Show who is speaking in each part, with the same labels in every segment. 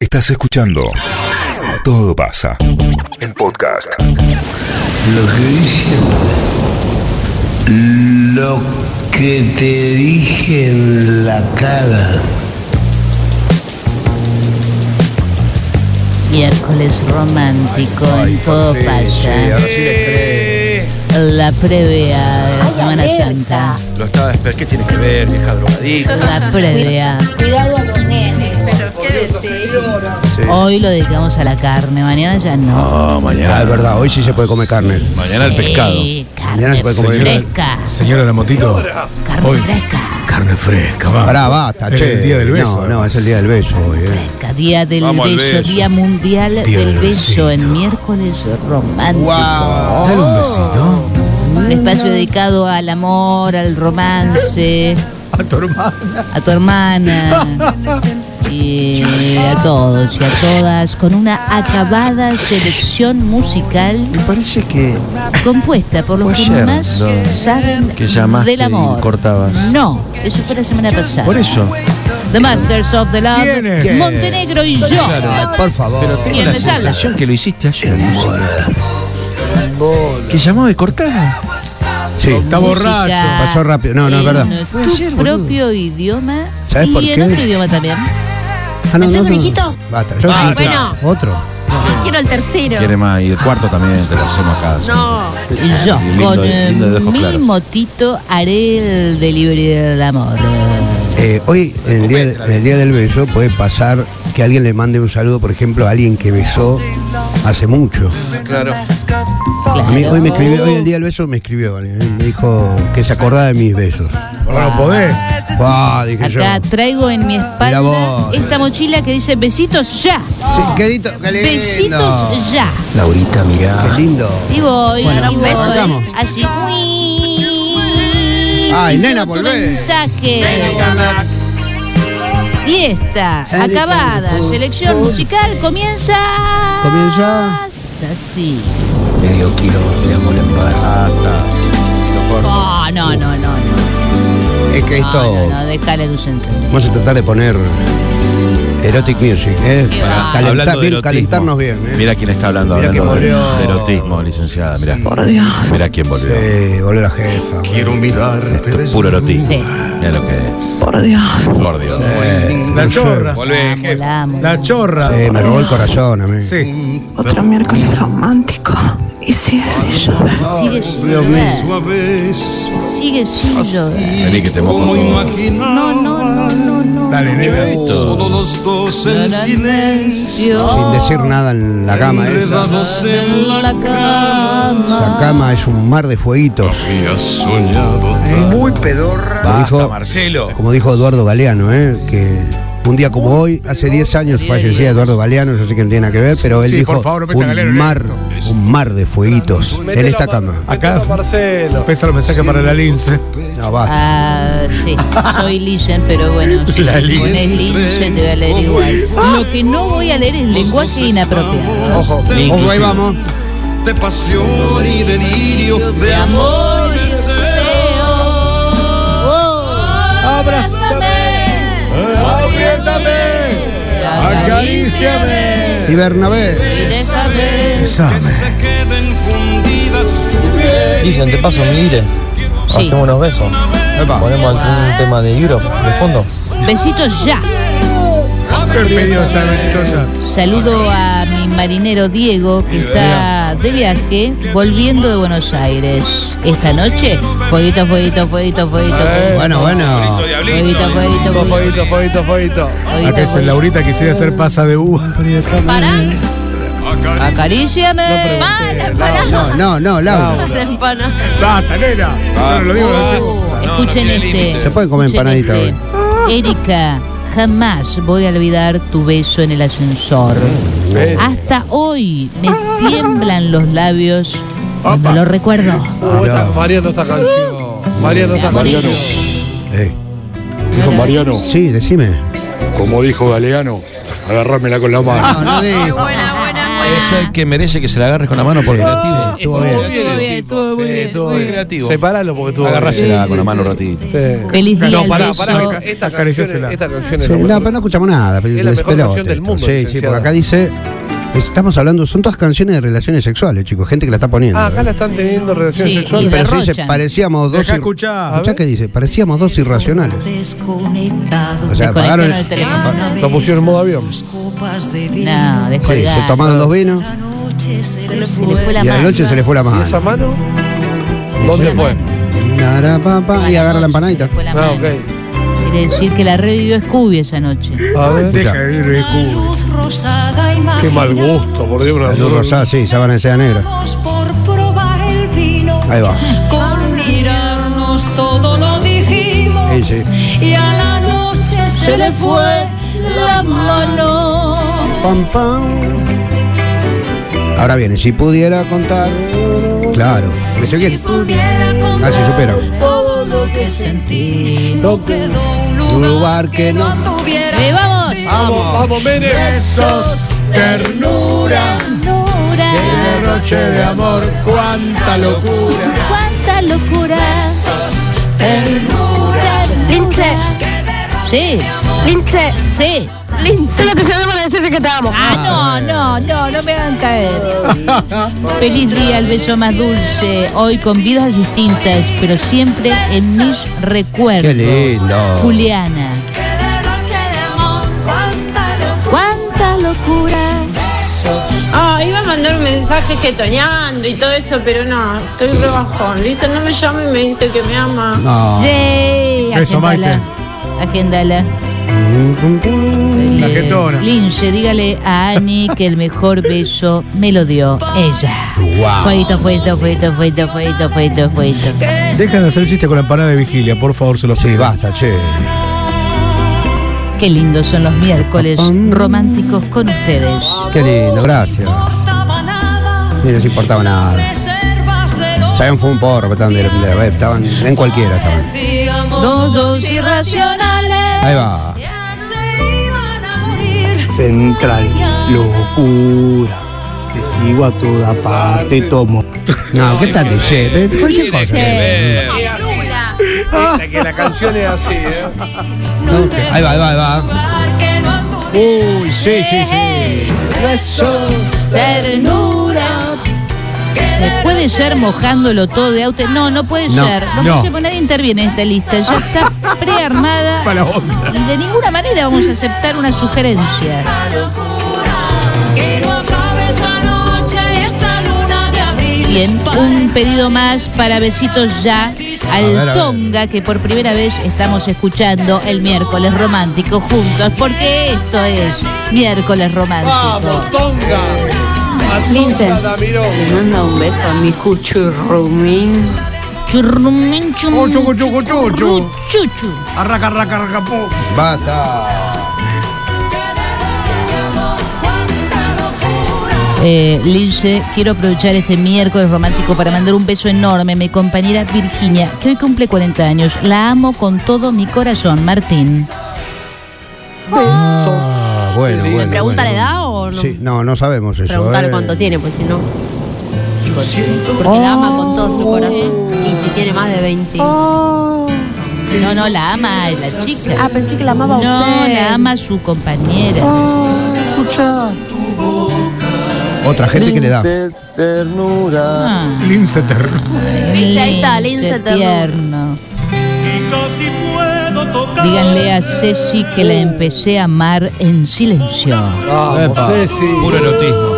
Speaker 1: Estás escuchando Todo pasa en podcast.
Speaker 2: Lo que dicen, lo que te dije en la cara.
Speaker 3: Miércoles romántico en todo pasa. La previa de la Semana Santa.
Speaker 4: Lo estaba esperando. ¿Qué tiene que ver, vieja drogadicta?
Speaker 3: La previa.
Speaker 5: Cuidado a los nenes.
Speaker 3: Hoy lo dedicamos a la carne, mañana ya no.
Speaker 4: mañana.
Speaker 6: Ah, es verdad, hoy sí se puede comer carne.
Speaker 4: Mañana el pescado.
Speaker 3: Sí,
Speaker 6: Mañana
Speaker 3: carne
Speaker 6: se puede comer
Speaker 3: fresca.
Speaker 7: Señora de la motito,
Speaker 3: Carne
Speaker 7: Hoy.
Speaker 3: fresca.
Speaker 7: carne fresca, va.
Speaker 6: Pará, basta,
Speaker 7: Es
Speaker 6: che.
Speaker 7: el día del beso,
Speaker 6: No, no,
Speaker 7: además.
Speaker 6: es el día del beso hoy, eh.
Speaker 3: Fresca. Día del
Speaker 4: Vamos al
Speaker 3: beso,
Speaker 4: beso.
Speaker 3: día mundial
Speaker 7: Día
Speaker 3: del
Speaker 7: del
Speaker 3: beso
Speaker 7: besito.
Speaker 3: en miércoles romántico.
Speaker 4: Oh,
Speaker 7: Dale un besito.
Speaker 3: Un espacio dedicado al amor, al romance,
Speaker 7: A tu hermana.
Speaker 3: a tu hermana. Y a todos y a todas con una acabada selección musical
Speaker 4: Me parece que.
Speaker 3: compuesta por los
Speaker 4: Fue
Speaker 3: que
Speaker 4: ayer,
Speaker 3: más
Speaker 4: lo
Speaker 3: saben
Speaker 4: que llamaste
Speaker 3: del amor.
Speaker 4: y cortabas.
Speaker 3: No, eso fue la semana pasada.
Speaker 4: Por eso.
Speaker 3: The Masters of the Love,
Speaker 7: ¿Quién es?
Speaker 3: Montenegro y yo.
Speaker 6: Ay, Por
Speaker 4: Pero
Speaker 6: favor.
Speaker 4: tengo
Speaker 3: ¿Quién
Speaker 4: la
Speaker 3: les habla?
Speaker 4: sensación que lo hiciste ayer. no sé. Que llamaba y cortaba.
Speaker 6: Sí,
Speaker 7: Está borracho.
Speaker 6: Pasó rápido. No, no, es verdad.
Speaker 3: En
Speaker 4: Fue
Speaker 3: tu
Speaker 4: ayer, boludo.
Speaker 3: propio idioma
Speaker 6: ¿Sabes
Speaker 3: y
Speaker 6: por
Speaker 3: en
Speaker 6: qué?
Speaker 3: otro idioma también.
Speaker 6: Ah, no,
Speaker 5: ¿Me
Speaker 6: no,
Speaker 5: traes un
Speaker 6: no.
Speaker 5: hijito?
Speaker 6: Basta. Yo sí,
Speaker 8: bueno.
Speaker 6: Otro.
Speaker 8: Quiero el tercero.
Speaker 4: Quiere más. Y el cuarto también te lo hacemos acá.
Speaker 8: No,
Speaker 3: Y yo,
Speaker 4: Lindo,
Speaker 3: con eh,
Speaker 4: lindo de ojos
Speaker 3: mi
Speaker 4: claros.
Speaker 3: motito, haré el delivery del amor.
Speaker 6: Eh, hoy, en el, día, en el día del beso, puede pasar que alguien le mande un saludo, por ejemplo, a alguien que besó hace mucho.
Speaker 4: Claro.
Speaker 3: Claro.
Speaker 6: A mí hoy me escribió, hoy el día del beso me escribió alguien. eh, Me dijo que se acordaba de mis besos.
Speaker 7: Ahora no podés.
Speaker 6: Ah, dije yo.
Speaker 3: Acá traigo en mi
Speaker 6: Mirá
Speaker 3: espalda
Speaker 6: vos.
Speaker 3: esta mochila que dice besitos ya.
Speaker 6: Sí, qué dito- qué lindo. Ah,
Speaker 3: Besitos ya.
Speaker 2: Laurita, mirá.
Speaker 6: Qué lindo.
Speaker 3: Y voy,
Speaker 6: Bueno,
Speaker 3: y voy.
Speaker 6: arrancamos.
Speaker 3: Así.
Speaker 6: Ay,
Speaker 3: Hicimos
Speaker 6: nena,
Speaker 3: tu
Speaker 6: volvé.
Speaker 3: mensaje. Y esta, acabada, selección musical, comienza...
Speaker 6: Comienza.
Speaker 3: Así.
Speaker 2: Medio kilo de amor en barra.
Speaker 3: Oh, no, no, no, no.
Speaker 6: Es que
Speaker 3: No,
Speaker 6: esto.
Speaker 3: no, no, déjale luz encendida.
Speaker 6: Vamos a tratar de poner erotic music, ¿eh? Para calentar
Speaker 4: Hablando de
Speaker 6: bien,
Speaker 4: erotismo.
Speaker 6: calentarnos bien, ¿eh?
Speaker 4: Mira quién está hablando.
Speaker 6: Mirá
Speaker 4: hablando
Speaker 6: que
Speaker 4: de-
Speaker 6: volvió.
Speaker 4: de erotismo, licenciada. Mira. Mira quién volvió.
Speaker 6: Eh, voló la jefa. Quiero
Speaker 4: Esto es puro erotismo.
Speaker 3: Sí.
Speaker 4: Mira lo que es. Por Dios. Por Dios.
Speaker 6: Eh,
Speaker 7: La chorra.
Speaker 4: Volvé,
Speaker 3: Amo, la amo.
Speaker 7: La chorra.
Speaker 6: me robó el corazón a mí.
Speaker 7: Ah. Sí.
Speaker 9: Otro miércoles romántico. Y sigue sin llover.
Speaker 3: Sigue sin llover. Sigue sin llover.
Speaker 4: Vení que te mojo todo.
Speaker 3: No, no, no, no, no.
Speaker 7: Dale, nena.
Speaker 3: Sin
Speaker 6: Sin decir nada en la cama, ¿eh?
Speaker 3: en la
Speaker 6: Esa
Speaker 3: cama.
Speaker 6: cama es un mar de fueguitos.
Speaker 2: Muy pedorra.
Speaker 6: Como dijo,
Speaker 4: Marcelo.
Speaker 6: como dijo Eduardo Galeano, ¿eh? Que un día como hoy, hace 10 años fallecía Eduardo Galeano, yo sé que no tiene nada que ver, pero él
Speaker 7: Sí,
Speaker 6: dijo
Speaker 7: por favor, no metan Galeano
Speaker 6: un
Speaker 7: en
Speaker 6: mar, un mar de fueguitos en esta cama.
Speaker 7: Acá pesa los mensajes para la lince.
Speaker 6: No, basta.
Speaker 3: Ah, sí, soy Lillen, pero bueno, si
Speaker 7: La
Speaker 3: me pones
Speaker 7: Lillen.
Speaker 3: Lillen te voy a leer igual. Lo que no voy a leer es lenguaje inapropiado.
Speaker 6: Ojo,
Speaker 7: Ah,
Speaker 6: ojo, ahí vamos.
Speaker 10: de pasión y delirio, de
Speaker 3: De
Speaker 10: amor.
Speaker 3: amor y deseo. Abrázame,
Speaker 7: Apriétame.
Speaker 3: acaríciame
Speaker 6: Y Bernabé.
Speaker 3: y déjame.
Speaker 10: Se queden fundidas tu piel.
Speaker 11: Dicen, te paso mi dire.
Speaker 3: Sí.
Speaker 11: Hacemos unos besos. Ponemos algún tema de Europe de fondo.
Speaker 3: Besitos ya.
Speaker 7: Perpediosa, besitosa.
Speaker 3: Saludo a mi marinero Diego que está de viaje volviendo de Buenos Aires esta noche. Fueguito, fueguito, fueguito, fueguito. fueguito.
Speaker 6: Bueno, bueno.
Speaker 3: Fueguito, fueguito, Eh. fueguito.
Speaker 7: Fodito, fodito.
Speaker 3: Fodito,
Speaker 7: Acá es el Laurita quisiera hacer pasa de uva.
Speaker 3: Pará. Acaríciame.
Speaker 8: Ah,
Speaker 3: Mala, pará.
Speaker 6: No, no, no, Laura.
Speaker 7: Basta, nena. Yo no lo digo, lo haces.
Speaker 3: Escuchen este.
Speaker 6: Se pueden comer
Speaker 3: Escuchen
Speaker 6: empanadita
Speaker 3: este. Erika, jamás voy a olvidar tu beso en el ascensor. Hasta hoy me tiemblan los labios cuando lo recuerdo.
Speaker 5: Ah,
Speaker 11: Mariano está
Speaker 5: Uh.
Speaker 11: cansado. Mariano está
Speaker 3: Mariano.
Speaker 6: Eh,
Speaker 11: Dijo Mariano,
Speaker 6: Sí, decime.
Speaker 11: como dijo Galeano, agarrármela con la mano.
Speaker 6: No, no digo.
Speaker 8: buena, buena,
Speaker 4: Es el que merece que se la agarres con la mano por creativo.
Speaker 6: Estuvo bien.
Speaker 3: Estuvo bien, estuvo muy bien.
Speaker 5: estuvo
Speaker 3: muy
Speaker 5: bien.
Speaker 3: bien.
Speaker 4: creativo.
Speaker 5: Sepáralo porque tú
Speaker 4: Agarrásela con la mano un ratito.
Speaker 3: Feliz día
Speaker 5: No,
Speaker 3: al
Speaker 5: pará,
Speaker 3: beso.
Speaker 5: pará. que ca- Esta canción,
Speaker 7: Acariciásela.
Speaker 5: esta canción es
Speaker 6: Sí,
Speaker 5: la
Speaker 6: no,
Speaker 5: mejor.
Speaker 6: pero no escuchamos nada. pero
Speaker 5: Es la mejor
Speaker 6: pelota,
Speaker 5: canción del
Speaker 6: esto.
Speaker 5: mundo,
Speaker 6: Sí, sí,
Speaker 5: licenciado.
Speaker 6: porque acá dice. Estamos hablando, son todas canciones de relaciones sexuales, chicos. Gente que la está poniendo. ¿eh?
Speaker 5: Ah, acá la están teniendo relaciones
Speaker 3: Sí,
Speaker 5: sexuales.
Speaker 3: y
Speaker 6: Pero se
Speaker 3: derrochan.
Speaker 6: dice, parecíamos dos.
Speaker 7: Dejá
Speaker 6: ir-
Speaker 7: escuchar.
Speaker 6: Escuchá qué dice, parecíamos dos irracionales. O sea,
Speaker 3: Desconectaron
Speaker 6: pagaron.
Speaker 3: el teléfono.
Speaker 5: Lo pusieron en modo avión.
Speaker 3: No,
Speaker 6: Sí,
Speaker 3: descolgado.
Speaker 6: se tomaron dos vinos
Speaker 3: Se le fue la
Speaker 6: y a la
Speaker 3: mano.
Speaker 6: noche se le fue la
Speaker 5: ¿Y esa
Speaker 6: mano.
Speaker 5: mano? ¿Dónde fue?
Speaker 6: Nara, pa, pa,
Speaker 3: A
Speaker 6: y agarra la
Speaker 3: noche se
Speaker 6: empanadita.
Speaker 3: le fue la
Speaker 5: Ah,
Speaker 3: mano.
Speaker 5: ok.
Speaker 3: Quiere decir que la revivió Scooby esa noche.
Speaker 5: A ver.
Speaker 7: Deja de ir de culo.
Speaker 5: Qué mal gusto, por Dios.
Speaker 6: La luz
Speaker 5: Una,
Speaker 6: rosada, sí, sábana de seda negra.
Speaker 10: por probar el vino.
Speaker 6: Ahí va.
Speaker 10: Con mirarnos todo lo dijimos.
Speaker 6: Ahí sí.
Speaker 10: Y a la noche se le fue la mano.
Speaker 6: Pam, pam. Ahora viene, si pudiera contar. Claro. Me sé que-
Speaker 10: Si supiera
Speaker 6: Ah, sí, supera.
Speaker 10: todo lo que sentí, no quedó un
Speaker 6: Un
Speaker 10: lugar,
Speaker 6: lugar que no.
Speaker 10: tuviera.
Speaker 3: ¡Eh, vamos!
Speaker 5: Vamos, vamos, Menes.
Speaker 10: Besos,
Speaker 5: Ternura,
Speaker 3: ¡Locura!
Speaker 5: noche de amor, cuánta locura.
Speaker 3: ¡Cuánta locura!
Speaker 10: ternura.
Speaker 9: Lince,
Speaker 3: Sí,
Speaker 9: lince,
Speaker 3: sí.
Speaker 9: lince. Solo que se para decirte que te amo.
Speaker 3: Ah, no, no, no, no me hagan caer. Feliz día, el beso más dulce. Hoy con vidas distintas, pero siempre en mis recuerdos.
Speaker 6: Qué lindo.
Speaker 3: Juliana. ¡Cuánta locura!
Speaker 9: Ah, iba a mandar un mensaje getoneando y todo eso, pero no, estoy re bajón. Lisa no me llama y me dice que me ama.
Speaker 6: No.
Speaker 3: Sí,
Speaker 7: Beso,
Speaker 3: agéndala. Agéndala.
Speaker 7: La
Speaker 3: Eh,
Speaker 7: getona.
Speaker 3: Lince, dígale a Ani que el mejor beso me lo dio ella. Fueguito, fueguito, fueguito, fueguito, fueguito, fueguito, fueguito.
Speaker 7: Deja de hacer chiste con la empanada de vigilia, por favor, se los
Speaker 6: Sí,
Speaker 7: pido.
Speaker 6: basta, che.
Speaker 3: Qué lindos son los miércoles románticos con ustedes.
Speaker 6: Qué lindo, gracias. Mira, no importaba nada. Sabían fue un porro, pero estaban, de, de- de- estaban en cualquiera. Estaban.
Speaker 3: Dos, dos irracionales.
Speaker 6: Ahí va.
Speaker 2: Central, locura. Te sigo a toda parte, tomo.
Speaker 6: No, ¿qué estás diciendo? Cualquier cosa.
Speaker 5: Esta que la canción es así, ¿eh?
Speaker 6: No, que- Ahí va, ahí va, ahí va. Uy, sí, sí, sí.
Speaker 3: Besos, ternura. Se puede ser mojándolo todo de auto. No, no puede
Speaker 6: No,
Speaker 3: ser. No,
Speaker 7: no.
Speaker 3: puede ser, porque nadie interviene en esta lista. Ya está prearmada.
Speaker 7: Para la onda.
Speaker 3: Y de ninguna manera vamos a aceptar una sugerencia. Bien, un pedido más para besitos ya al
Speaker 6: ver, a ver.
Speaker 3: Tonga, que por primera vez estamos escuchando el miércoles romántico juntos, porque esto es miércoles romántico.
Speaker 5: Vamos, Tonga. A Tonga
Speaker 9: Linces.
Speaker 5: la miró.
Speaker 9: manda un beso a mi cuchurrumín.
Speaker 3: Churrumen, chum,
Speaker 7: Oh, choco, choco, chocho.
Speaker 3: chuchu.
Speaker 7: Arraca, arraca, arraca, po.
Speaker 6: Basta.
Speaker 3: Eh, Lince, quiero aprovechar este miércoles romántico para mandar un beso enorme a mi compañera Virginia, que hoy cumple 40 años. La amo con todo mi corazón, Martín.
Speaker 6: Ah, bueno, bueno. bueno.
Speaker 9: pregunta la edad o no?
Speaker 6: Sí, no, no sabemos eso.
Speaker 9: Preguntarle
Speaker 6: eh.
Speaker 9: cuánto tiene, pues si no. Porque la ama con todo su corazón. Y si tiene más de 20.
Speaker 8: Oh,
Speaker 3: No, no, la ama la chica.
Speaker 9: Ah, pensé que la amaba
Speaker 3: no,
Speaker 9: usted.
Speaker 3: la ama su compañera.
Speaker 6: Otra gente que le da.
Speaker 3: Ah,
Speaker 7: Lince terror.
Speaker 9: Viste, ahí está,
Speaker 3: lindo,
Speaker 9: Lince Ternura.
Speaker 3: tierno.
Speaker 10: Y casi puedo tocar.
Speaker 3: Díganle a Ceci que la empecé a amar en silencio.
Speaker 5: Vamos, Ceci.
Speaker 4: Puro erotismo.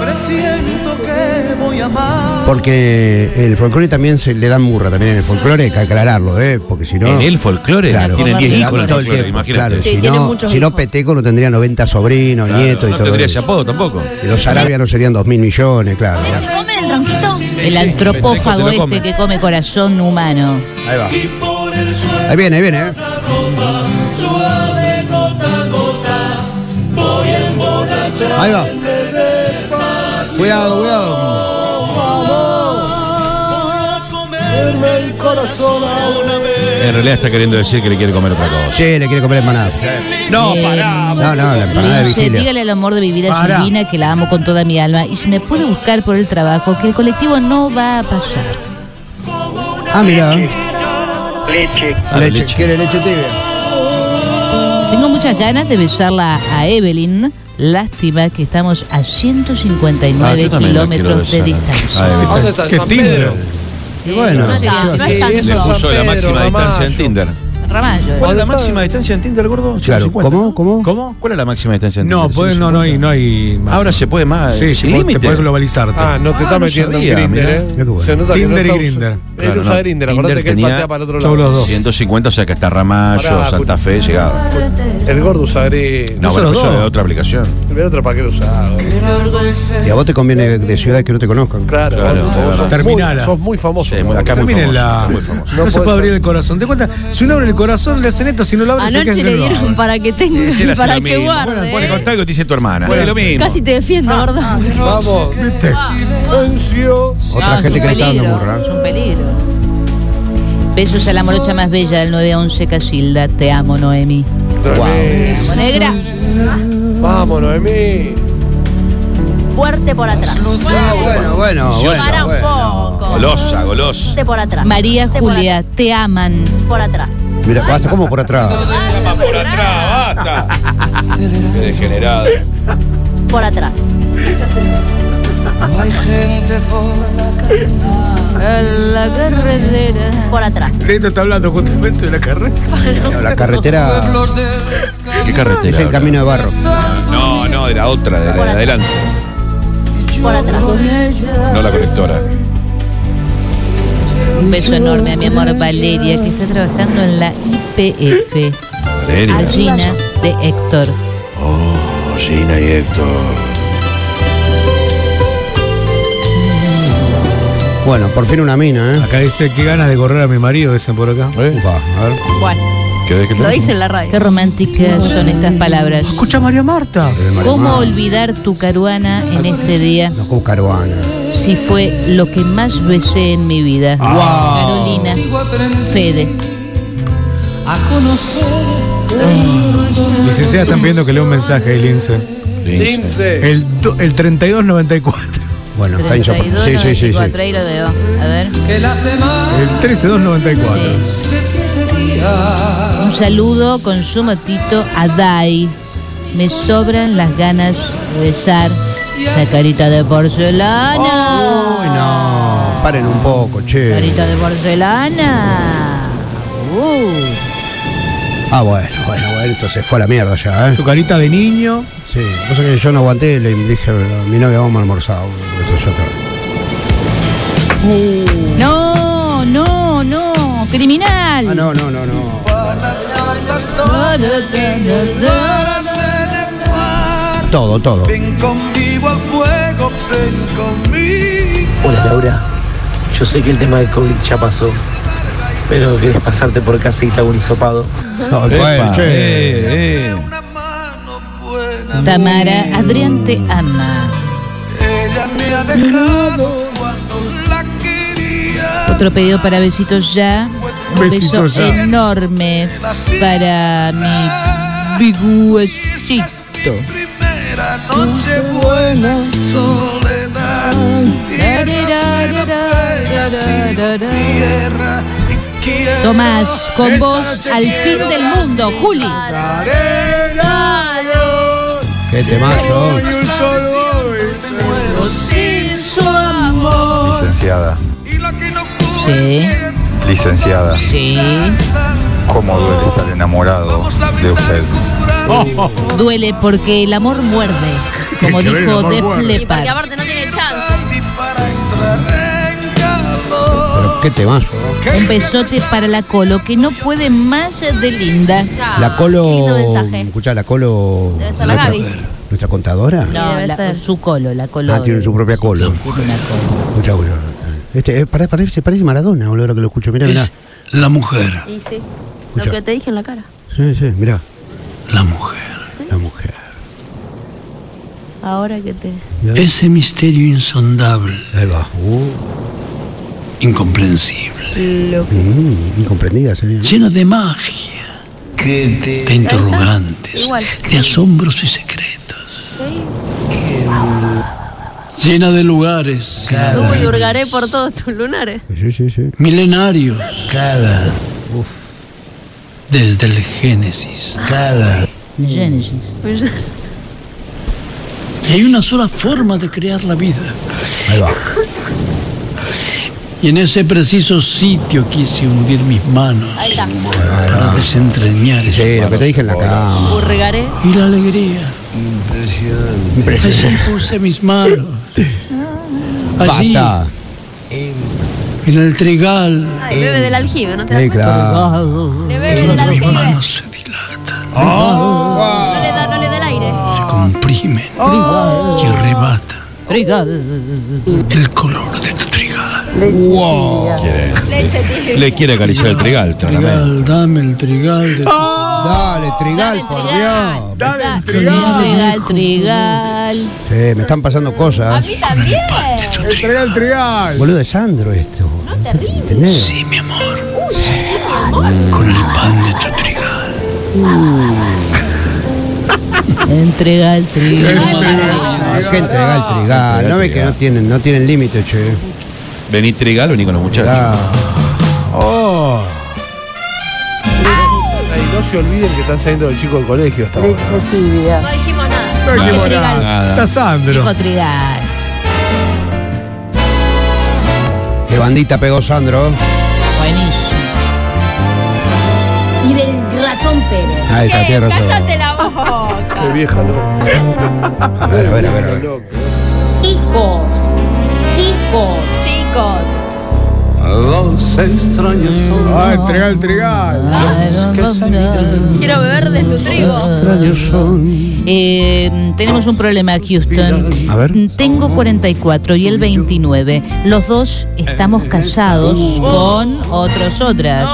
Speaker 10: Presiento que voy a amar.
Speaker 6: Porque el folclore también se le dan murra también en el folclore, hay que aclararlo, ¿eh? Porque si no.
Speaker 4: En el folclore
Speaker 6: Claro,
Speaker 4: tienen
Speaker 3: Tiene
Speaker 6: le
Speaker 4: 10 hijos
Speaker 6: dan
Speaker 4: en el
Speaker 6: todo el
Speaker 4: folclore,
Speaker 6: tiempo,
Speaker 4: imagínate.
Speaker 6: Claro, si
Speaker 9: tiene
Speaker 6: no,
Speaker 9: muchos
Speaker 6: si no
Speaker 9: hijos.
Speaker 6: Peteco no tendría 90 sobrinos,
Speaker 4: Claro,
Speaker 6: nietos y
Speaker 4: no
Speaker 6: todo.
Speaker 4: tendría ese
Speaker 6: eso.
Speaker 4: apodo tampoco.
Speaker 6: Y los arabianos serían 2 mil millones, claro.
Speaker 9: ¿Comen el tronquito?
Speaker 3: El antropófago
Speaker 4: te lo come.
Speaker 3: este que come corazón humano.
Speaker 6: Ahí va.
Speaker 10: Y por el suelo
Speaker 6: Ahí viene, ahí viene, ¿eh?
Speaker 10: suave gota a gota. Voy a emborrachar.
Speaker 6: Ahí va. Cuidado, cuidado.
Speaker 10: Comerme el corazón a una vez.
Speaker 4: en realidad está queriendo decir que le quiere comer otra cosa.
Speaker 6: Sí, le quiere comer empanadas.
Speaker 5: No,
Speaker 3: Eh,
Speaker 5: pará.
Speaker 6: No, no, la empanada de
Speaker 3: Dice,
Speaker 6: vigilia.
Speaker 3: dígale al amor de mi vida
Speaker 7: Pará.
Speaker 3: Silvina que la amo con toda mi alma y si me puede buscar por el trabajo que el colectivo no va a pasar.
Speaker 6: Ah, mira.
Speaker 4: Ah,
Speaker 6: Leche.
Speaker 4: leche.
Speaker 6: ¿Quiere leche tibia?
Speaker 3: Tengo muchas ganas de besarla a Evelyn. Lástima que estamos a 159
Speaker 4: Ah, también la quiero
Speaker 3: kilómetros de
Speaker 4: besar.
Speaker 3: distancia.
Speaker 4: Ah,
Speaker 5: ¿Dónde está
Speaker 7: Qué
Speaker 5: San
Speaker 7: tímido.
Speaker 5: Pedro?
Speaker 3: Sí,
Speaker 6: bueno,
Speaker 3: no, es tan- no es tan
Speaker 5: sí,
Speaker 4: Le
Speaker 5: eso.
Speaker 3: solo.
Speaker 4: puso la
Speaker 5: Pedro,
Speaker 4: máxima distancia en
Speaker 5: Ramallo.
Speaker 4: Tinder.
Speaker 3: Ramallo. ¿eh?
Speaker 4: ¿Cuál es la máxima distancia en Tinder, gordo?
Speaker 6: Claro.
Speaker 4: 150.
Speaker 6: ¿Cómo? ¿Cómo?
Speaker 4: ¿Cómo? ¿Cuál es la máxima distancia en
Speaker 7: No,
Speaker 4: Tinder?
Speaker 7: puede- no, no hay, no hay más.
Speaker 4: Ahora se puede más.
Speaker 7: Sí,
Speaker 4: eh,
Speaker 7: sí,
Speaker 4: sin
Speaker 7: vos te
Speaker 4: límite.
Speaker 7: podés globalizarte.
Speaker 5: Ah, no te está
Speaker 4: no
Speaker 5: metiendo
Speaker 4: sabía,
Speaker 5: en Grindr,
Speaker 4: mirá.
Speaker 5: ¿eh?
Speaker 6: Mirá qué bueno.
Speaker 5: Se nota
Speaker 7: Tinder
Speaker 5: que no
Speaker 7: y
Speaker 5: está us-
Speaker 7: Grindr.
Speaker 5: Él
Speaker 4: Claro,
Speaker 5: usa
Speaker 4: no.
Speaker 5: Grindr,
Speaker 4: Tinder
Speaker 5: acordate que él
Speaker 4: tenía
Speaker 5: patea para el otro
Speaker 7: todos los
Speaker 5: lado.
Speaker 7: dos.
Speaker 4: 150, o sea que hasta Ramallo,
Speaker 5: Pará,
Speaker 4: Santa
Speaker 5: escucha.
Speaker 4: Fe, llegado.
Speaker 5: El gordo usa Grindr.
Speaker 4: No,
Speaker 7: son
Speaker 4: bueno,
Speaker 7: los
Speaker 4: eso
Speaker 7: dos.
Speaker 4: es otra aplicación.
Speaker 5: El otro para qué lo usa.
Speaker 6: Y a vos te conviene de ciudad que no te conozcan.
Speaker 5: Claro,
Speaker 4: Claro,
Speaker 5: vos-
Speaker 4: claro.
Speaker 5: vos sos
Speaker 7: Terminala.
Speaker 5: muy- Sos muy famoso.
Speaker 4: Sí,
Speaker 5: ¿no?
Speaker 4: acá muy
Speaker 7: Terminen la.
Speaker 4: famoso, está muy famoso.
Speaker 7: No, se
Speaker 5: No puede
Speaker 7: puede abrir
Speaker 5: ser.
Speaker 7: el corazón. ¿Te cuenta? Si uno abre el corazón, le hacen esto. Si no lo abren, se queda
Speaker 8: Anoche
Speaker 7: en
Speaker 8: le
Speaker 7: el
Speaker 8: dieron
Speaker 7: lugar.
Speaker 8: para que tenga
Speaker 4: Sí,
Speaker 8: y
Speaker 4: es
Speaker 8: para
Speaker 4: lo
Speaker 8: que
Speaker 4: mismo.
Speaker 8: guarde.
Speaker 4: Bueno,
Speaker 8: ¿eh?
Speaker 4: contá lo que te dice tu hermana.
Speaker 5: Bueno,
Speaker 4: es lo mismo.
Speaker 8: Casi te defiendo, gordo.
Speaker 5: Vamos.
Speaker 7: ¿Viste?
Speaker 5: Silencio.
Speaker 6: Otra
Speaker 8: No,
Speaker 6: gente
Speaker 8: es
Speaker 6: que
Speaker 8: un
Speaker 6: le está dando
Speaker 8: peligro.
Speaker 6: burra.
Speaker 3: Es un peligro. Besos a la morocha más bella del 9 a 11 Casilda. Te amo, Noemi.
Speaker 5: Noemí.
Speaker 3: Amo, negra.
Speaker 5: Vamos, Noemí.
Speaker 10: Fuerte por atrás.
Speaker 6: Bueno, bueno,
Speaker 10: Para
Speaker 6: bueno.
Speaker 10: un
Speaker 6: bueno.
Speaker 10: poco.
Speaker 4: Golosa, golosa.
Speaker 10: Fuerte por atrás.
Speaker 3: María
Speaker 10: Fuerte por
Speaker 3: Julia, te aman.
Speaker 10: at- Por atrás.
Speaker 6: Mira, basta como por atrás.
Speaker 4: por atrás, basta. Qué degenerada.
Speaker 10: Por atrás.
Speaker 3: En la carretera.
Speaker 10: Por atrás.
Speaker 7: Neto está hablando justamente de la carrera.
Speaker 6: La carretera
Speaker 4: ¿Qué carretera?
Speaker 6: es el
Speaker 4: habla?
Speaker 6: camino de barro.
Speaker 4: No, no, de la otra, de la de adelante.
Speaker 10: Por atrás.
Speaker 4: No la colectora.
Speaker 3: Un beso enorme a mi amor Valeria, que está trabajando en la IPF.
Speaker 4: Valeria.
Speaker 3: A Gina de Héctor.
Speaker 4: Oh, Gina y Héctor.
Speaker 6: Bueno, por fin una mina, ¿eh?
Speaker 7: Acá dice, qué ganas de correr a mi marido, dicen por acá.
Speaker 4: Eh,
Speaker 6: Upa, a ver.
Speaker 8: Bueno,
Speaker 4: ¿Qué
Speaker 8: lo hice en la radio.
Speaker 3: Qué románticas son estas palabras.
Speaker 7: Escucha a María Marta.
Speaker 6: El mar-
Speaker 3: ¿Cómo olvidar tu caruana en este día
Speaker 6: No, como caruana.
Speaker 3: si fue lo que más besé en mi vida?
Speaker 6: Ah.
Speaker 3: Carolina, Fede.
Speaker 7: Licenciada, están pidiendo que lea un mensaje ahí, Lince.
Speaker 5: Lince.
Speaker 7: El, do- el 3294.
Speaker 6: Bueno, está insoportable.
Speaker 3: 32,
Speaker 6: Sí, sí, sí,
Speaker 3: 94,
Speaker 6: sí.
Speaker 3: ahí lo veo. A ver.
Speaker 7: El 13294.
Speaker 3: Sí. Un saludo con su motito a Dai. Me sobran las ganas de besar esa carita de porcelana.
Speaker 6: Ah, Uy, no. Paren un poco, che.
Speaker 3: Carita de porcelana. Uh.
Speaker 6: Ah, bueno, bueno, bueno. Entonces fue a la mierda ya, ¿eh?
Speaker 7: Tu carita de niño.
Speaker 6: Sí. Cosa que yo no aguanté, le dije a mi novia, vamos a almorzar. Esto yo creo.
Speaker 3: No, no, no. Criminal.
Speaker 6: Ah, no, no, no, no. Todo, todo.
Speaker 12: Hola Laura, yo sé que el tema del COVID ya pasó, pero querés pasarte por casita un hisopado.
Speaker 6: No,
Speaker 4: Ah,
Speaker 6: bueno, che.
Speaker 4: Eh, eh.
Speaker 3: Tamara, Adrián te ama. Otro pedido para besitos ya. Un
Speaker 7: Besito
Speaker 3: beso
Speaker 7: ya.
Speaker 3: enorme para mi biguecito. Tomás, con vos al fin del mundo, Juli.
Speaker 6: Qué temazo.
Speaker 11: Licenciada,
Speaker 3: Sí,
Speaker 11: licenciada,
Speaker 3: sí.
Speaker 11: cómo duele estar enamorado de usted.
Speaker 3: Duele porque el amor muerde, como
Speaker 7: Que duele el
Speaker 3: dijo
Speaker 7: amor
Speaker 3: Def
Speaker 7: muerde.
Speaker 8: Y porque
Speaker 3: Leppard.
Speaker 8: aparte no tiene chance.
Speaker 6: Pero qué temazo.
Speaker 3: Un besote para la Colo, que no puede más de linda.
Speaker 8: Ya.
Speaker 6: La
Speaker 8: Lindo
Speaker 6: Colo.
Speaker 8: mensaje.
Speaker 6: Escuchá, la Colo.
Speaker 8: Debe ser la
Speaker 6: nuestra-
Speaker 8: Gaby.
Speaker 6: Nuestra contadora.
Speaker 3: No,
Speaker 8: debe
Speaker 3: la-
Speaker 8: ser.
Speaker 3: su Colo, la Colo.
Speaker 6: Ah, tiene su propia Colo.
Speaker 3: Tiene una Colo.
Speaker 6: Escuchá, boludo. Este, eh, pará, pará, se parece Maradona, boludo, ahora que lo escucho. Mirá, mirá.
Speaker 2: La mujer,
Speaker 8: Y sí.
Speaker 6: Escucha.
Speaker 8: Lo que te dije en la cara.
Speaker 6: Sí, sí, mirá.
Speaker 2: la mujer.
Speaker 6: La mujer.
Speaker 8: Ahora que te.
Speaker 2: Ese misterio insondable
Speaker 6: Ahí va. Uh,
Speaker 5: incomprensible.
Speaker 6: Mm, incomprendida sería.
Speaker 5: Lleno de magia, de interrogantes,
Speaker 13: Igual.
Speaker 5: de asombros y secretos. Llena de lugares
Speaker 8: Uy, hurgaré por todos tus lunares.
Speaker 6: Sí, sí, sí.
Speaker 5: milenarios.
Speaker 14: Cada.
Speaker 5: Desde el Génesis.
Speaker 14: Cada.
Speaker 3: Génesis.
Speaker 5: Y hay una sola forma de crear la vida.
Speaker 6: Ahí va.
Speaker 5: Y en ese preciso sitio quise hundir mis manos
Speaker 8: Ahí está.
Speaker 5: para desentreñar
Speaker 6: Sí,
Speaker 5: esos
Speaker 6: lo que te dije en la cama.
Speaker 8: Hurgaré.
Speaker 5: Y la alegría.
Speaker 14: Impresionante.
Speaker 5: Allí puse mis manos. Allí,
Speaker 6: Basta.
Speaker 5: en el trigal,
Speaker 8: Ay, bebe del aljibe, ¿no te
Speaker 6: Sí,
Speaker 8: das cuenta?
Speaker 6: claro.
Speaker 8: Le bebe del
Speaker 5: mis
Speaker 8: aljibe.
Speaker 5: manos se dilatan,
Speaker 8: No le da, no le da el aire.
Speaker 5: se comprimen
Speaker 3: Brigada.
Speaker 5: y arrebatan
Speaker 3: Brigada.
Speaker 5: el color de tu trigal.
Speaker 4: Quiere-
Speaker 8: Leche tibia.
Speaker 4: le quiere acariciar el trigal, claramente.
Speaker 5: Trigal, dame el trigal de tu
Speaker 6: Dale, Trigal, por Dios.
Speaker 3: Trigal, trigal, trigal.
Speaker 6: Sí, me están pasando
Speaker 8: A
Speaker 6: cosas. ¿eh?
Speaker 8: mí también.
Speaker 15: Entrega el trigal.
Speaker 6: Boludo de Sandro esto. ¿Entendés?
Speaker 5: Sí, mi amor. Con el pan de tu trigal.
Speaker 3: Entrega el trigal.
Speaker 6: Hay que entregar el trigal. No ve que no tienen, no tienen límite, che.
Speaker 4: Vení trigal, vení con los muchachos.
Speaker 6: Claro. Oh.
Speaker 16: Y no se olviden que están saliendo los chicos del colegio hasta ahora.
Speaker 8: No dijimos nada.
Speaker 15: No dijimos
Speaker 8: trigal.
Speaker 15: nada. Está Sandro.
Speaker 3: Dijo trigal.
Speaker 6: Qué bandita pegó Sandro.
Speaker 3: Buenísimo.
Speaker 13: Y del ratón Pérez.
Speaker 6: Ahí
Speaker 5: Ah,
Speaker 6: está,
Speaker 8: ¿Qué?
Speaker 6: tierra.
Speaker 8: Eh, Cállate la boca.
Speaker 16: vieja loca.
Speaker 6: A ver, a ver, a ver. a ver.
Speaker 16: loca.
Speaker 13: Chicos. Chicos.
Speaker 8: Chicos.
Speaker 15: Ah, entrega el trigal.
Speaker 8: Quiero beber de tu trigo.
Speaker 3: Eh, tenemos un problema, Houston.
Speaker 6: A ver.
Speaker 3: Tengo 44 y el 29. Los dos estamos casados con otros otras.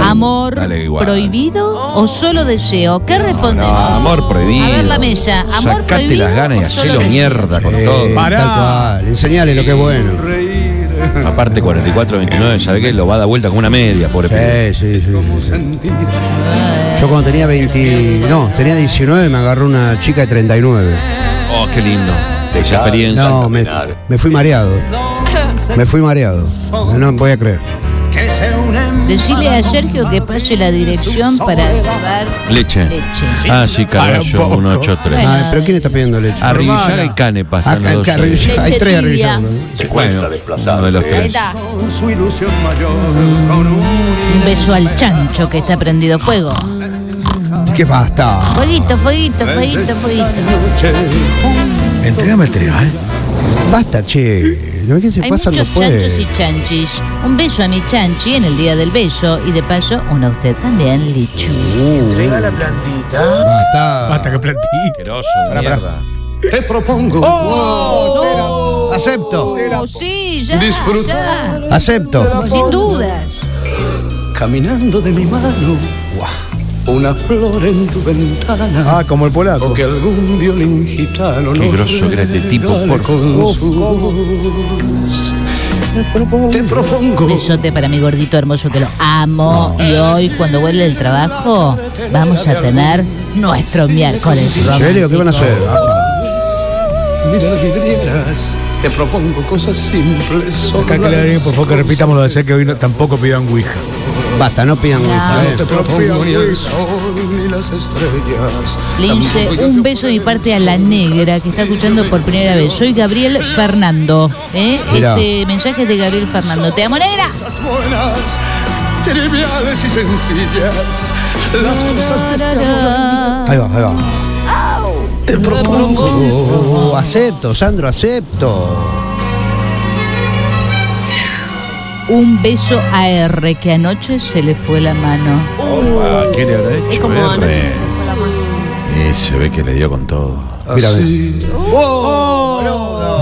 Speaker 3: ¿Amor
Speaker 4: Dale igual.
Speaker 3: prohibido o solo deseo? ¿Qué respondemos?
Speaker 4: No, amor prohibido.
Speaker 3: A ver la mesa. Amor
Speaker 4: Sacate
Speaker 3: prohibido
Speaker 4: las ganas y
Speaker 3: o solo
Speaker 4: hacelo
Speaker 3: deseo?
Speaker 4: mierda con
Speaker 6: Eh,
Speaker 4: todo.
Speaker 15: Pará.
Speaker 6: Tal cual. Enseñale lo que es bueno.
Speaker 4: Aparte 44-29, ¿sabes qué? Lo va a dar vuelta como una media, pobre pibe.
Speaker 6: Sí, sí, sí, sí. Yo cuando tenía 20. No, tenía 19 me agarró una chica de 39.
Speaker 4: Oh, qué lindo. Qué experiencia.
Speaker 6: No, me, me fui mareado. Me fui mareado. No voy a creer.
Speaker 3: Decirle a Sergio que pase la dirección para llevar
Speaker 4: Leche.
Speaker 3: leche.
Speaker 4: Ah, sí, caballo,
Speaker 15: Para un poco.
Speaker 4: 183.
Speaker 6: Ah, pero ¿quién está pidiendo leche? Ah,
Speaker 4: Arribillar y Canepa. están
Speaker 6: Acá,
Speaker 4: los
Speaker 6: acá,
Speaker 4: dos ahí.
Speaker 6: arribillar. hay
Speaker 8: Leche
Speaker 6: tres
Speaker 8: tibia.
Speaker 6: arribillar.
Speaker 4: Bueno, uno de los
Speaker 8: Ahí
Speaker 4: tres.
Speaker 8: está.
Speaker 3: Un beso al chancho que está prendido fuego.
Speaker 6: ¿Qué basta?
Speaker 3: Fueguito, fueguito, fueguito, fueguito.
Speaker 4: Entrégame el trigal.
Speaker 6: Basta, che. ¿No ves que se
Speaker 3: Hay
Speaker 6: pasan
Speaker 3: muchos chanchos
Speaker 6: después?
Speaker 3: y chanchis. Un beso a mi chanchi en el día del beso y de paso uno a usted también, Lichu.
Speaker 14: Entrega la plantita.
Speaker 6: Basta.
Speaker 15: Hasta que plantí.
Speaker 4: Asqueroso, de mierda.
Speaker 5: Te propongo.
Speaker 6: Oh, no. Acepto.
Speaker 3: Oh, sí, ya, ya.
Speaker 6: Acepto.
Speaker 3: Sin dudas.
Speaker 6: Oh.
Speaker 5: Caminando de mi mano. Una flor en tu ventana.
Speaker 16: Ah, como el polaco.
Speaker 5: que algún violín gitano
Speaker 4: Qué grosso que era este tipo, por
Speaker 5: con su voz. Te propongo.
Speaker 3: Besote para mi gordito hermoso que lo amo. Y hoy, cuando vuelve del trabajo, vamos a tener nuestro miércoles.
Speaker 6: ¿En serio? ¿Qué van a hacer? Ah,
Speaker 5: Mira las vidrieras. Te propongo cosas simples. solo
Speaker 15: Acá que le
Speaker 5: las
Speaker 15: den, por favor, que repitamos lo de ser que hoy no- tampoco pidan Ouija.
Speaker 6: Basta, no pidan guita,
Speaker 5: No
Speaker 6: eh.
Speaker 5: te propongo ni el sol ni las estrellas.
Speaker 3: Le hice un beso de mi parte a la negra que está escuchando por primera vez. Soy Gabriel Fernando. ¿eh?
Speaker 6: Mirá.
Speaker 3: Este mensaje es de Gabriel Fernando. Te amo, negra.
Speaker 5: Cosas buenas, triviales y sencillas. Las cosas de este amor.
Speaker 6: Ahí va, ahí va.
Speaker 5: Te propongo.
Speaker 6: Oh, acepto, Sandro, acepto.
Speaker 3: Un beso a R que anoche se le fue la mano.
Speaker 4: Ah, ¿Qué le habrá hecho?
Speaker 8: Es como
Speaker 4: R?
Speaker 8: anoche se me fue la mano.
Speaker 4: Eh, se ve que le dio con todo.
Speaker 6: Mira,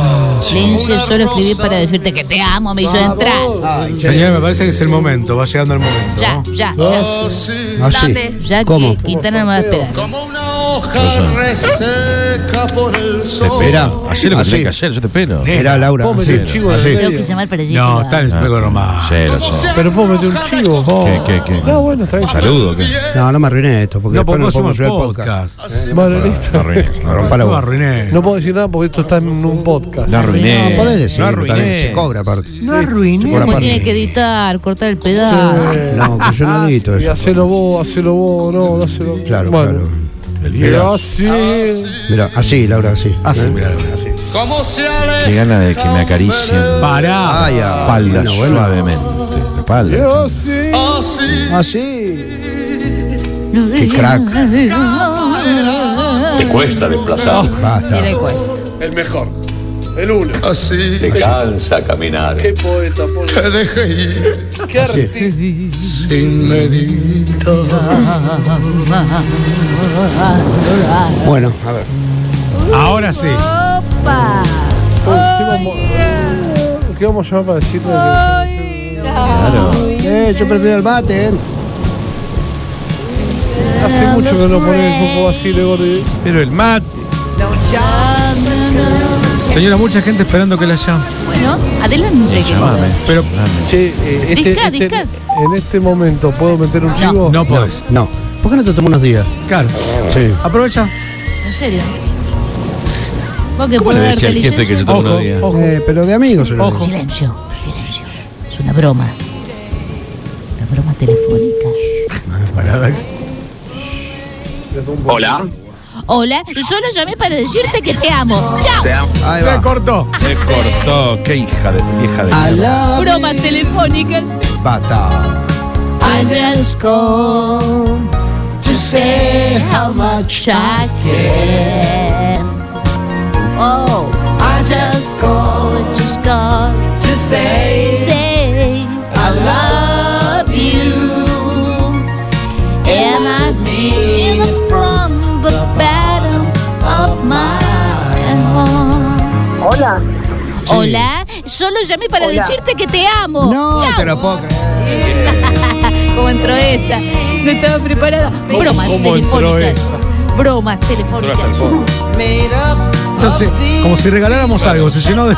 Speaker 4: Ah,
Speaker 3: Lince, solo escribí para decirte que te amo, me hizo entrar.
Speaker 15: Señor, me parece que es el momento, va llegando el momento.
Speaker 3: Ya,
Speaker 4: Ah,
Speaker 15: ¿no?
Speaker 3: ya, ya.
Speaker 6: así.
Speaker 8: Dame.
Speaker 3: Ya
Speaker 6: ¿Cómo?
Speaker 3: que Quintana no me va a esperar.
Speaker 4: Rosa.
Speaker 10: hoja reseca por el
Speaker 4: Te
Speaker 10: sol.
Speaker 4: espera. Hacé lo que
Speaker 6: Así.
Speaker 4: tenés que hacer, yo te espero.
Speaker 6: Era Laura.
Speaker 4: Vos
Speaker 6: así,
Speaker 5: Ah,
Speaker 4: metí el chivo en el
Speaker 6: así.
Speaker 3: Tengo que llamar para allí.
Speaker 7: No, está en el juego nomás.
Speaker 4: Sí, lo sé.
Speaker 5: Pero puedo meter un chivo. vos.
Speaker 4: ¿Qué, qué, qué?
Speaker 5: No, bueno, está bien.
Speaker 4: Un saludo, ¿qué?
Speaker 6: No, no me arruiné esto, porque
Speaker 7: No, porque
Speaker 6: después no
Speaker 7: vos somos
Speaker 6: podemos subir el podcast.
Speaker 7: podcast.
Speaker 5: Bueno,
Speaker 4: No
Speaker 5: listo.
Speaker 4: arruiné. No arruiné.
Speaker 6: Rompa la
Speaker 7: No
Speaker 6: boca.
Speaker 7: arruiné.
Speaker 5: No puedo decir nada porque esto está en un podcast.
Speaker 4: No arruiné.
Speaker 6: No, podés decir.
Speaker 4: No arruiné.
Speaker 6: Se cobra aparte.
Speaker 3: No arruiné.
Speaker 6: Por
Speaker 3: Como
Speaker 6: aparte.
Speaker 3: tiene que editar, cortar el pedazo.
Speaker 6: No, que yo no edito
Speaker 5: Y
Speaker 6: eso.
Speaker 5: hacelo vos, hacelo vos, no, hacelo vos.
Speaker 6: Claro,
Speaker 5: bueno.
Speaker 6: claro.
Speaker 5: Y así.
Speaker 6: Mira, así, Laura, así.
Speaker 7: Así, mirá, Laura.
Speaker 10: Como se aleja
Speaker 4: Qué gana de que me acaricien.
Speaker 7: Pará.
Speaker 6: Ay,
Speaker 4: La
Speaker 6: ah,
Speaker 4: espalda
Speaker 6: bueno, bueno.
Speaker 4: suavemente. La
Speaker 5: Y
Speaker 4: espalda.
Speaker 5: así.
Speaker 10: así.
Speaker 6: Así. ¿Eh? Qué crack.
Speaker 1: Te cuesta desplazar.
Speaker 8: Y
Speaker 6: Basta.
Speaker 8: le cuesta.
Speaker 5: El mejor. El uno.
Speaker 10: Así
Speaker 1: Te cansa caminar.
Speaker 5: Qué poeta, por Dios.
Speaker 10: te dejé ir sin medida.
Speaker 6: Bueno, a ver.
Speaker 7: Ahora sí.
Speaker 3: Opa.
Speaker 5: Uy, ¿Qué vamos, qué vamos a llamar para decirle? que-
Speaker 6: Eh, yo prefiero el bate, eh.
Speaker 5: Hace mucho que no pone el coco así, le gordi.
Speaker 7: Pero el mate. Señora, mucha gente esperando que la llame.
Speaker 3: Bueno, adelante. que-
Speaker 4: Llamame.
Speaker 7: Pero
Speaker 5: Che, eh, este,
Speaker 3: Disca,
Speaker 5: este-
Speaker 3: disca.
Speaker 5: en este momento, ¿puedo meter un chivo?
Speaker 7: no podés.
Speaker 6: Pues, No. ¿Por qué no te tomas unos días?
Speaker 7: Claro.
Speaker 6: Sí.
Speaker 7: Aprovecha.
Speaker 3: En serio. Vos que
Speaker 4: ¿Cómo le
Speaker 3: podés dar
Speaker 4: decía al jefe que
Speaker 3: licencia.
Speaker 4: se tomó
Speaker 7: Ojo,
Speaker 4: unos días?
Speaker 7: ojo.
Speaker 6: Eh, pero de amigos. se lo
Speaker 7: Ojo.
Speaker 6: digo.
Speaker 3: Silencio, silencio. Es una broma. Una broma telefónica.
Speaker 17: Hola.
Speaker 3: Hola, yo lo llamé para decirte que te amo. ¡Chao!
Speaker 6: Ahí
Speaker 7: Se
Speaker 5: Ah.
Speaker 6: va.
Speaker 7: cortó.
Speaker 4: Se cortó. Qué hija de vieja de.
Speaker 6: Alá.
Speaker 3: Bromas telefónicas.
Speaker 6: Basta.
Speaker 17: I just
Speaker 6: Con-
Speaker 17: to say how much I care.
Speaker 3: Oh,
Speaker 17: I just call
Speaker 3: just call
Speaker 17: to
Speaker 3: to
Speaker 17: say
Speaker 3: say
Speaker 17: I love you.
Speaker 3: and I mean it from the bottom of my heart.
Speaker 18: Hola.
Speaker 3: Hola, yo lo llamé para
Speaker 18: Hola.
Speaker 3: decirte que te amo.
Speaker 6: No,
Speaker 3: ¡Chao!
Speaker 6: te lo puedo creer.
Speaker 3: ¿Cómo entró esta? No estaba preparada. Bromas
Speaker 5: cómo entró
Speaker 3: telefónicas. Bromas telefónicas.
Speaker 17: Made up
Speaker 7: Entonces, como si regaláramos algo, se llenó de.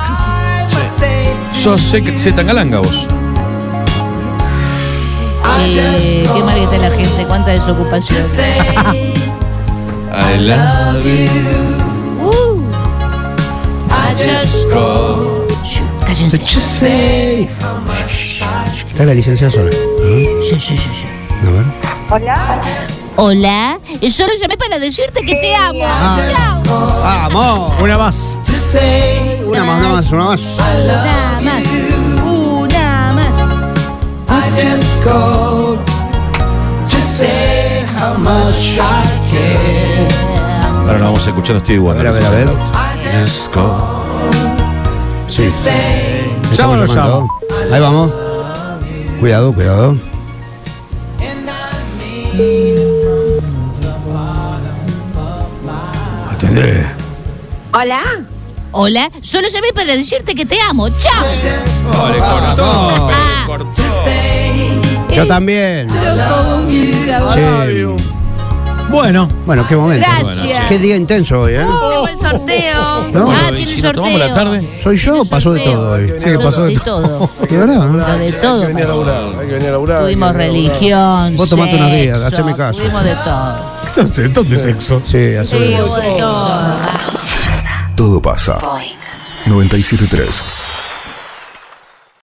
Speaker 4: Sos Z Z Tangalanga vos.
Speaker 3: Eh, qué mal que está la gente, cuánta desocupación.
Speaker 4: I love
Speaker 3: Uh,
Speaker 17: I just call
Speaker 3: cállense.
Speaker 6: Está la licenciada sola.
Speaker 3: Sí, sí, sí, sí.
Speaker 6: A ver.
Speaker 18: Hola.
Speaker 3: Hola, yo lo llamé para decirte que te amo.
Speaker 5: Ah.
Speaker 3: Chao.
Speaker 6: ¡Vamos!
Speaker 7: Una más.
Speaker 17: to say
Speaker 6: Una más, una más, una más.
Speaker 17: I love.
Speaker 3: Una más. Una más.
Speaker 17: I just call to say how much I care.
Speaker 4: Ahora lo vamos escuchando Steve
Speaker 6: A
Speaker 4: Wonder.
Speaker 6: ver, a ver, a ver.
Speaker 17: I just call
Speaker 6: Sí.
Speaker 17: to say
Speaker 7: Llamo o no
Speaker 6: Estamos llamando. Ahí vamos. Cuidado, cuidado.
Speaker 17: and I mean
Speaker 7: Atendé.
Speaker 9: Hola.
Speaker 3: Hola, yo lo llamé para decirte que te amo. Chao.
Speaker 17: just
Speaker 4: Oh, le cortó.
Speaker 3: Ah,
Speaker 6: Vamos.
Speaker 4: le cortó.
Speaker 17: say
Speaker 6: Yo también. Sí.
Speaker 7: Bueno,
Speaker 6: Bueno, qué momento.
Speaker 3: Gracias.
Speaker 6: Qué día intenso hoy, ¿eh?
Speaker 8: Tengo el sorteo.
Speaker 6: No,
Speaker 3: Ah,
Speaker 4: Pero, ¿y
Speaker 3: tiene
Speaker 4: si nos
Speaker 3: sorteo.
Speaker 4: tomamos la tarde?
Speaker 6: soy yo, pasó de
Speaker 3: sorteo.
Speaker 6: todo hoy.
Speaker 7: Sí, pasó de
Speaker 3: todo.
Speaker 6: ¿De verdad?
Speaker 3: Lo Ah, de
Speaker 5: Hay que venir a
Speaker 3: todo.
Speaker 5: laburar, hay que venir a laburar. hay que venir a
Speaker 3: Tuvimos
Speaker 5: laburar.
Speaker 3: religión.
Speaker 6: Vos tomate unos días,
Speaker 3: sexo,
Speaker 6: haceme caso.
Speaker 3: Tuvimos de todo.
Speaker 7: entonces, ¿dónde sexo?
Speaker 6: Sí, así
Speaker 8: Sí, hubo de todo.
Speaker 1: Todo pasa. 973.